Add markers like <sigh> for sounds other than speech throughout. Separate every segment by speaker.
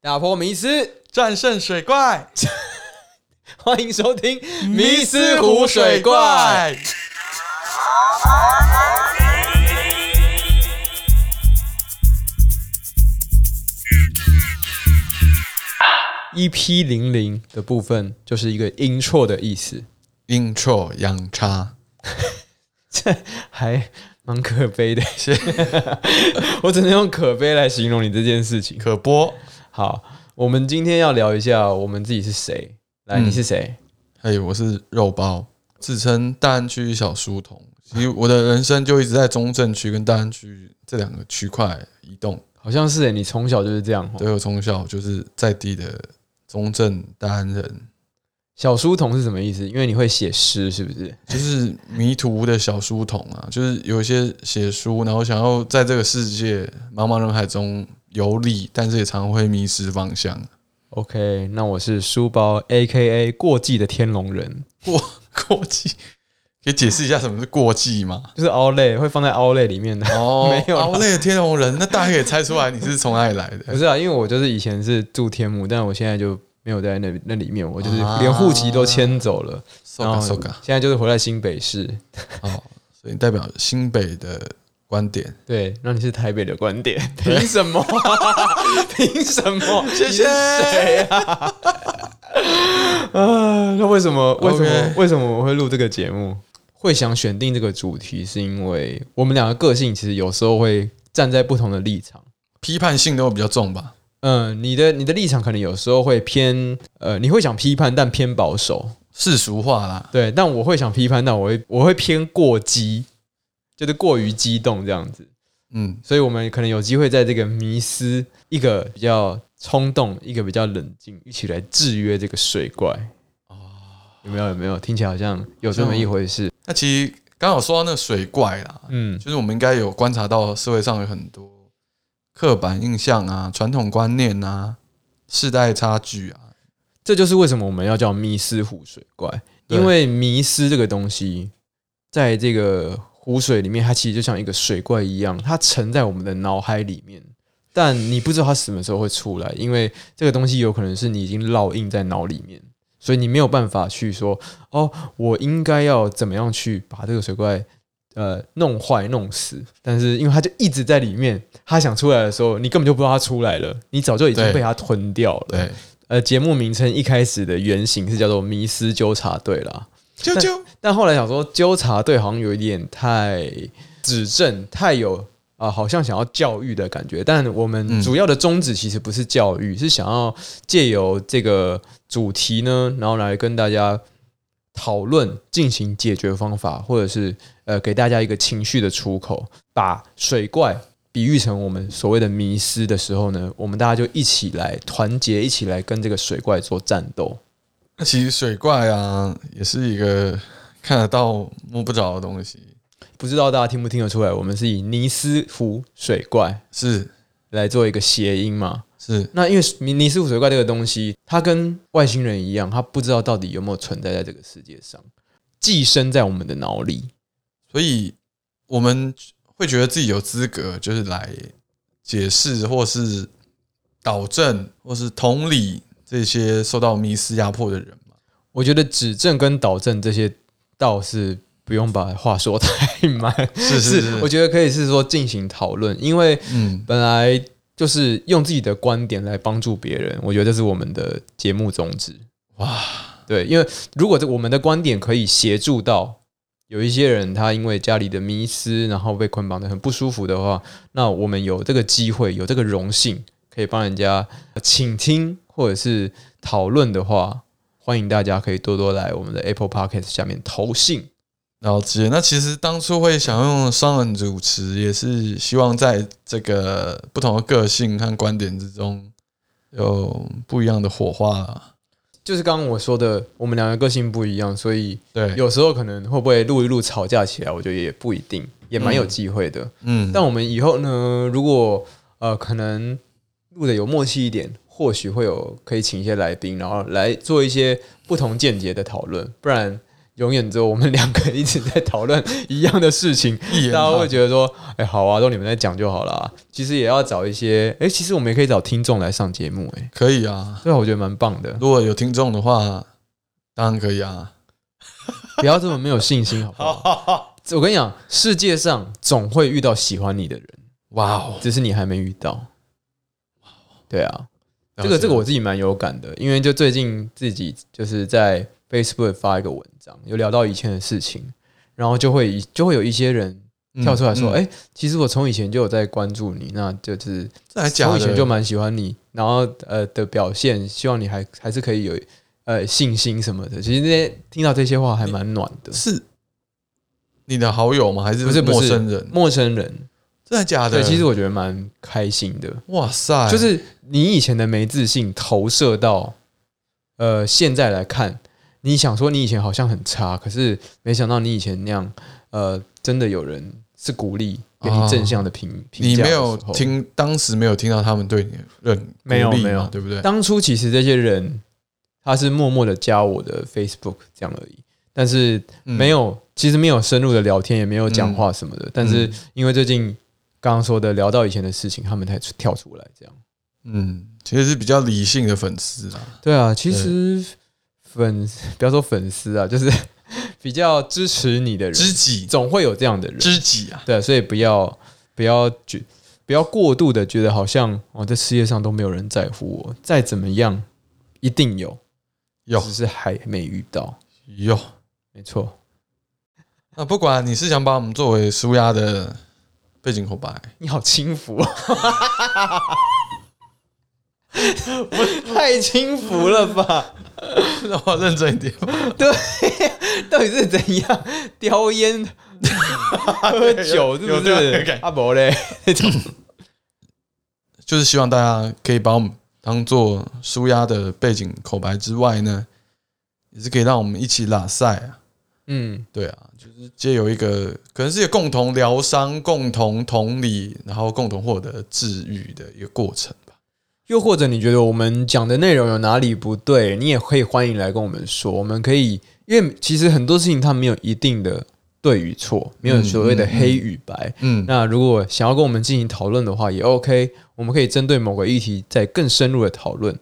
Speaker 1: 打破迷思，
Speaker 2: 战胜水怪，
Speaker 1: <laughs> 欢迎收听《迷失湖水怪》。。EP 零零的部分就是一个音错的意思，
Speaker 2: 阴错阳差，
Speaker 1: 这 <laughs> 还蛮可悲的。 <laughs> 我只能用可悲来形容你这件事情。
Speaker 2: 可播。
Speaker 1: 好，我们今天要聊一下我们自己是谁。来，
Speaker 2: 嗯
Speaker 1: 你是谁？
Speaker 2: 嘿，我是肉包，自称大安区小书童。其实我的人生就一直在中正区跟大安区这两个区块移动。
Speaker 1: 好像是诶，欸你从小就是这样哦。
Speaker 2: 对我从小就是在地的中正大安人，
Speaker 1: 小书童是什么意思？因为你会写诗，是不是？
Speaker 2: 就是迷途的小书童啊，就是有一些写书，然后想要在这个世界茫茫人海中游历，但是也常会迷失方向。
Speaker 1: OK，那我是书包 A.K.A 过季的天龙人，
Speaker 2: 过 <laughs> 过季，可以解释一下什么是过季吗？
Speaker 1: 就是 o u l e 会放在 o u l e 里面的。
Speaker 2: <laughs> 哦，
Speaker 1: 没有啦
Speaker 2: 熬累的天龙人，那大家可以猜出来你是从哪里来
Speaker 1: 不
Speaker 2: <laughs> 的。
Speaker 1: 是啊，因为我就是以前是住天母，但我现在就没有在那那里面，我就是
Speaker 2: 啊
Speaker 1: 连户籍都迁走了，
Speaker 2: 搜
Speaker 1: 然
Speaker 2: 嘎
Speaker 1: 后
Speaker 2: 搜 <laughs> 嘎，
Speaker 1: 现在就是回在新北市。
Speaker 2: 哦，所以代表新北的观点。
Speaker 1: 对，那你是台北的观点，凭什么？ <laughs> 凭什么？
Speaker 2: 谢
Speaker 1: 你
Speaker 2: 谢
Speaker 1: 是谁啊？ <laughs> 啊，那为什么？为什么
Speaker 2: OK
Speaker 1: 为什么我会录这个节目？会想选定这个主题，是因为我们两个个性其实有时候会站在不同的立场。
Speaker 2: 批判性都比较重吧？
Speaker 1: 嗯，你的你的立场可能有时候会偏呃，你会想批判，但偏保守。
Speaker 2: 世俗化啦，
Speaker 1: 对，但我会想批判，但我会我会偏过激，就是过于激动这样子。
Speaker 2: 嗯，
Speaker 1: 所以我们可能有机会在这个迷失一个比较冲动，一个比较冷静，一起来制约这个水怪。有没有？有没有？听起来好像有这么一回事。
Speaker 2: 那其实刚好说到那个水怪啦，
Speaker 1: 嗯，
Speaker 2: 就是我们应该有观察到社会上有很多刻板印象啊、传统观念啊、世代差距啊，
Speaker 1: 这就是为什么我们要叫迷失湖水怪，
Speaker 2: 对
Speaker 1: 因为迷失这个东西，在这个湖水里面，它其实就像一个水怪一样，它沉在我们的脑海里面。但你不知道它什么时候会出来，因为这个东西有可能是你已经烙印在脑里面，所以你没有办法去说哦，我应该要怎么样去把这个水怪呃弄坏、弄死。但是因为它就一直在里面，它想出来的时候，你根本就不知道它出来了，你早就已经
Speaker 2: 对
Speaker 1: 被它吞掉了。
Speaker 2: 对，
Speaker 1: 呃，节目名称一开始的原型是叫做“迷失纠察队”啦，
Speaker 2: 啾啾，
Speaker 1: 但后来想说纠察队好像有一点太指正，太有啊、好像想要教育的感觉。但我们
Speaker 2: 嗯
Speaker 1: 主要的宗旨其实不是教育，是想要借由这个主题呢，然后来跟大家讨论，进行解决方法，或者是呃给大家一个情绪的出口，把水怪。比喻成我们所谓的迷失的时候呢，我们大家就一起来团结，一起来跟这个水怪做战斗。
Speaker 2: 那其实水怪啊，也是一个看得到摸不着的东西。
Speaker 1: 不知道大家听不听得出来，我们是以尼斯湖水怪
Speaker 2: 是
Speaker 1: 来做一个谐音嘛？
Speaker 2: 是，
Speaker 1: 那因为尼尼斯湖水怪这个东西，它跟外星人一样，它不知道到底有没有存在在这个世界上，寄生在我们的脑里。
Speaker 2: 所以我们会觉得自己有资格，就是来解释或是导正或是同理这些受到迷失压迫的人嘛。
Speaker 1: 我觉得指正跟导正这些倒是不用把话说太满，
Speaker 2: 是是是，
Speaker 1: 我觉得可以是说进行讨论，因为
Speaker 2: 嗯，
Speaker 1: 本来就是用自己的观点来帮助别人，我觉得这是我们的节目宗旨。
Speaker 2: 哇，
Speaker 1: 对，因为如果这我们的观点可以协助到有一些人，他因为家里的迷失，然后被捆绑的很不舒服的话，那我们有这个机会，有这个荣幸，可以帮人家倾听或者是讨论的话，欢迎大家可以多多来我们的 Apple Podcast 下面投信。
Speaker 2: 了解。那其实当初会想用双人主持，也是希望在这个不同的个性和观点之中有不一样的火花啦。
Speaker 1: 就是刚刚我说的，我们两个个性不一样，所以
Speaker 2: 对，
Speaker 1: 有时候可能会不会录一录吵架起来，我觉得也不一定，也蛮有机会的。
Speaker 2: 嗯，
Speaker 1: 但我们以后呢，如果呃可能录的有默契一点，或许会有可以请一些来宾，然后来做一些不同见解的讨论。不然永远只有我们两个一直在讨论一样的事
Speaker 2: <laughs>
Speaker 1: 情，
Speaker 2: 一言
Speaker 1: 大家
Speaker 2: 堂
Speaker 1: 会觉得说，哎、好啊，都你们在讲就好啦。其实也要找一些，哎、其实我们也可以找听众来上节目、哎，
Speaker 2: 可以啊。
Speaker 1: 对啊，我觉得蛮棒的。
Speaker 2: 如果有听众的话，当然可以啊。
Speaker 1: 不要这么没有信心，好不好？
Speaker 2: 哦
Speaker 1: 我跟你讲，世界上总会遇到喜欢你的人，
Speaker 2: 哇哦，
Speaker 1: 只是你还没遇到。对啊，这
Speaker 2: 了解
Speaker 1: 个这个我自己蛮有感的，因为就最近自己就是在 Facebook 发一个文章，有聊到以前的事情，然后就会就会有一些人跳出来说：“
Speaker 2: 嗯嗯
Speaker 1: 哎、其实我从以前就有在关注你，那就是
Speaker 2: 这还假
Speaker 1: 从
Speaker 2: 的？
Speaker 1: 以前就蛮喜欢你，然后呃的表现，希望你还还是可以有呃信心什么的。”其实那些听到这些话还蛮暖的，
Speaker 2: 是你的好友吗？还是
Speaker 1: 不是不
Speaker 2: 陌
Speaker 1: 是
Speaker 2: 生人？
Speaker 1: 陌生人
Speaker 2: 真的假的？
Speaker 1: 啊对，其哎实我觉得蛮开心的。
Speaker 2: 哇塞，
Speaker 1: 就是你以前的没自信投射到呃现在来看，你想说你以前好像很差，可是没想到你以前那样，呃，真的有人是鼓励给你正向的评评
Speaker 2: 你
Speaker 1: 价的
Speaker 2: 没
Speaker 1: 时
Speaker 2: 有
Speaker 1: 候。
Speaker 2: 听，当时没有听到他们对你的认
Speaker 1: 没有
Speaker 2: 鼓励嘛
Speaker 1: 没有
Speaker 2: 对不对？
Speaker 1: 当初其实这些人他是默默的加我的 Facebook 这样而已，但是
Speaker 2: 嗯
Speaker 1: 没有，其实没有深入的聊天，也没有讲话什么的。但是因为最近刚刚说的聊到以前的事情，他们才跳出来这样。
Speaker 2: 嗯，其实是比较理性的粉丝啊。
Speaker 1: 对啊，其实粉丝 <laughs> 不要说粉丝啊，就是 <laughs> 比较支持你的人，
Speaker 2: 知己，
Speaker 1: 总会有这样的人。
Speaker 2: 知己啊，
Speaker 1: 对，所以不要不要觉不要过度的觉得好像哦，这世界上都没有人在乎我，再怎么样一定有，
Speaker 2: 有
Speaker 1: 只是还没遇到。
Speaker 2: 有。
Speaker 1: 没错，
Speaker 2: 那不管你是想把我们作为舒压的背景口 <laughs> 白，
Speaker 1: 你好轻浮、 <laughs> 哦。太轻浮了吧？
Speaker 2: 让我认真一点。
Speaker 1: 到底是怎样 <laughs> 叼
Speaker 2: <laughs>
Speaker 1: 烟、喝酒，是
Speaker 2: 有有
Speaker 1: 不
Speaker 2: 这样的
Speaker 1: 是
Speaker 2: 感？
Speaker 1: 阿伯嘞，
Speaker 2: 就是希望大家可以把我们当做舒压的背景口白之外呢，也是可以让我们一起拉赛啊。
Speaker 1: 嗯，
Speaker 2: 对啊，就是借由一个可能是一个共同疗伤、共同同理，然后共同获得治愈的一个过程吧。
Speaker 1: 又或者你觉得我们讲的内容有哪里不对，你也可以欢迎来跟我们说。我们可以，因为其实很多事情它没有一定的对与错，没有所谓的黑与白。
Speaker 2: 嗯，
Speaker 1: 那如果想要跟我们进行讨论的话，也 OK，我们可以针对某个议题再更深入的讨论。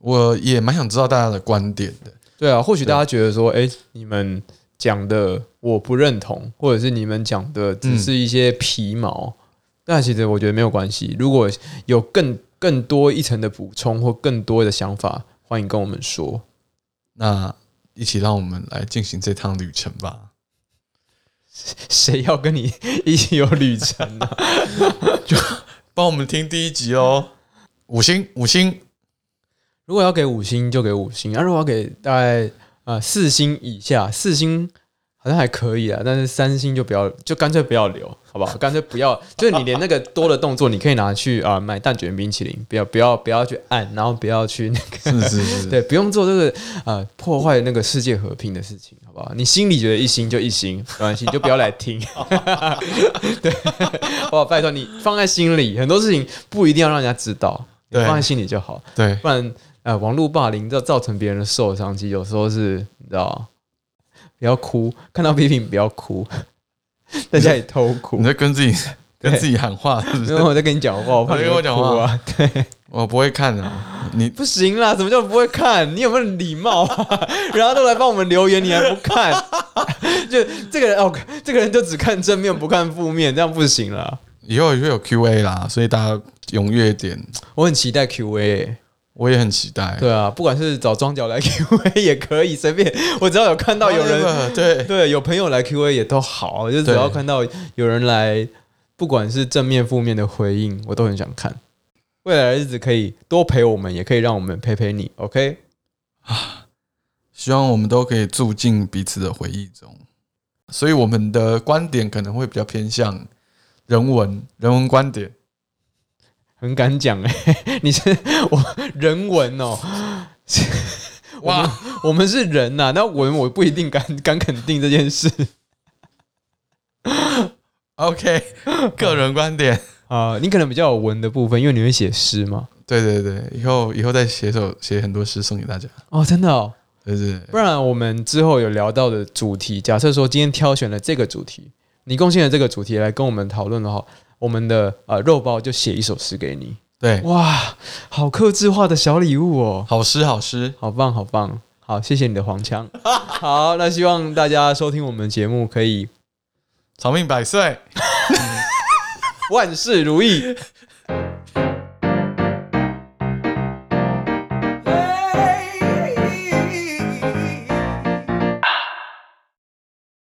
Speaker 2: 我也蛮想知道大家的观点的。
Speaker 1: 对啊，或许大家觉得说，哎、你们讲的我不认同，或者是你们讲的只是一些皮毛，那其实我觉得没有关系。如果有更更多一层的补充或更多的想法，欢迎跟我们说。
Speaker 2: 那一起让我们来进行这趟旅程吧。
Speaker 1: 谁要跟你一起有旅程啊呢、
Speaker 2: 帮我们听第一集哦，五星五星，
Speaker 1: 如果要给五星就给五星，啊，如果要给大概呃四星以下，四星好像还可以啊，但是三星就不要，就干脆不要留，好不好？干脆不要，就是你连那个多的动作，你可以拿去啊、买蛋卷冰淇淋，不要不要不要去按，然后不要去那个，
Speaker 2: 是是是，
Speaker 1: 对，不用做这个呃破坏那个世界和平的事情，好不好？你心里觉得一星就一星，没关系，你就不要来听，对，好不好？拜托你放在心里，很多事情不一定要让人家知道，你
Speaker 2: 对
Speaker 1: 放在心里就好。
Speaker 2: <laughs> <laughs> 对，
Speaker 1: 不然呃，网络霸凌造造成别人的受伤，其实有时候是你知道，不要哭，看到批评不要哭， <laughs> 在家里偷哭
Speaker 2: 你。在跟自 <laughs> 己跟自己喊话是不
Speaker 1: 因
Speaker 2: 是 <laughs>
Speaker 1: 为？我在跟你讲话，我怕
Speaker 2: 你
Speaker 1: 你
Speaker 2: 跟我讲话
Speaker 1: 会哭啊，对，
Speaker 2: 我不会看啊，
Speaker 1: <laughs>
Speaker 2: 你
Speaker 1: 不行啦，什么叫不会看？你有没有礼貌啊？ <laughs> 然后都来帮我们留言，你还不看？ <laughs> 就这个人哦，这个人就只看正面不看负面，这样不行啦。
Speaker 2: 以后也会有 Q&A 啦，所以大家踊跃一点，
Speaker 1: 我很期待 Q&A，、欸、
Speaker 2: 我也很期待。
Speaker 1: 对啊，不管是找庄脚来 <laughs> Q&A 也可以，随便，我只要有看到有人
Speaker 2: Whatever，
Speaker 1: <laughs>
Speaker 2: 对
Speaker 1: 对，有朋友来 Q&A 也都好，就是只
Speaker 2: 对
Speaker 1: 要看到有人来，不管是正面负面的回应，我都很想看。未来的日子可以多陪我们，也可以让我们陪陪你。OK，
Speaker 2: 希望我们都可以住进彼此的回忆中。所以我们的观点可能会比较偏向人文，人文观点。
Speaker 1: 很敢讲哎、 <laughs> 你是我人文哦，
Speaker 2: 哇，
Speaker 1: <laughs> 我们是人呐、那文我不一定敢敢肯定这件事
Speaker 2: OK，个人观点。
Speaker 1: 啊、你可能比较有文的部分，因为你会写诗嘛。
Speaker 2: 对对对，以后以后再写首写很多诗送给大家。
Speaker 1: 哦，真的哦，
Speaker 2: 对对对
Speaker 1: 不然我们之后有聊到的主题，假设说今天挑选了这个主题，你贡献了这个主题来跟我们讨论的话，我们的呃肉包就写一首诗给你。
Speaker 2: 对，
Speaker 1: 哇，好克制化的小礼物哦，
Speaker 2: 好诗好诗，
Speaker 1: 好棒好棒，好谢谢你的黄腔。好，那希望大家收听我们节目可以
Speaker 2: 长命百岁。
Speaker 1: 万事如意，